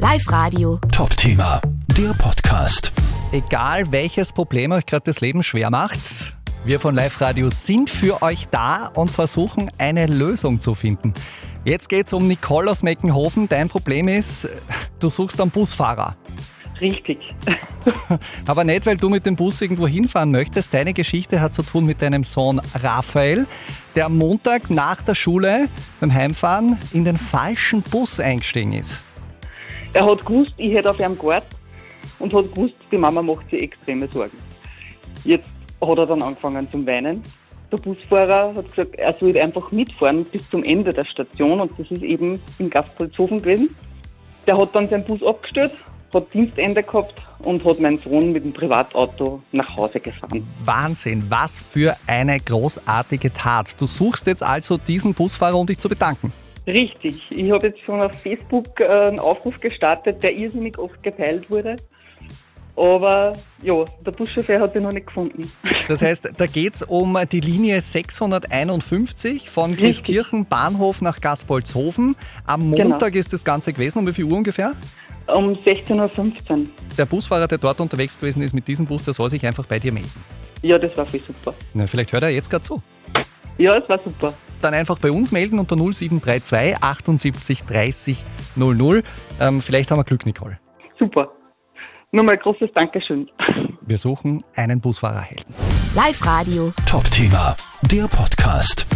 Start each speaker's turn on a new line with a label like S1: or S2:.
S1: Live Radio.
S2: Top-Thema, der Podcast.
S3: Egal welches Problem euch gerade das Leben schwer macht, wir von Live Radio sind für euch da und versuchen eine Lösung zu finden. Jetzt geht's um Nicole aus Meckenhofen. Dein Problem ist, du suchst einen Busfahrer.
S4: Richtig.
S3: Aber nicht, weil du mit dem Bus irgendwo hinfahren möchtest. Deine Geschichte hat zu tun mit deinem Sohn Raphael, der am Montag nach der Schule beim Heimfahren in den falschen Bus eingestiegen ist.
S4: Er hat gewusst, ich hätte auf ihrem Garten und hat gewusst, die Mama macht sich extreme Sorgen. Jetzt hat er dann angefangen zum Weinen. Der Busfahrer hat gesagt, er soll einfach mitfahren bis zum Ende der Station und das ist eben im Gastholzhofen gewesen. Der hat dann seinen Bus abgestellt, hat Dienstende gehabt und hat meinen Sohn mit dem Privatauto nach Hause gefahren.
S3: Wahnsinn, was für eine großartige Tat. Du suchst jetzt also diesen Busfahrer, um dich zu bedanken.
S4: Richtig. Ich habe jetzt schon auf Facebook äh, einen Aufruf gestartet, der irrsinnig oft geteilt wurde. Aber ja, der Buschauffeur hat ihn noch nicht gefunden.
S3: Das heißt, da geht's um die Linie 651 von Christkirchen Bahnhof nach Gaspolzhofen. Am
S4: Genau.
S3: Montag ist das Ganze gewesen. Um wie viel Uhr ungefähr?
S4: Um 16.15 Uhr.
S3: Der Busfahrer, der dort unterwegs gewesen ist mit diesem Bus, der soll sich einfach bei dir melden.
S4: Ja, das war viel super.
S3: Na, vielleicht hört er jetzt gerade zu.
S4: Ja, es war super.
S3: Dann einfach bei uns melden unter 0732 78 30 00. Ähm, vielleicht haben wir Glück, Nicole.
S4: Super. Nochmal großes Dankeschön.
S3: Wir suchen einen Busfahrerhelden.
S1: Live Radio.
S2: Top-Thema, der Podcast.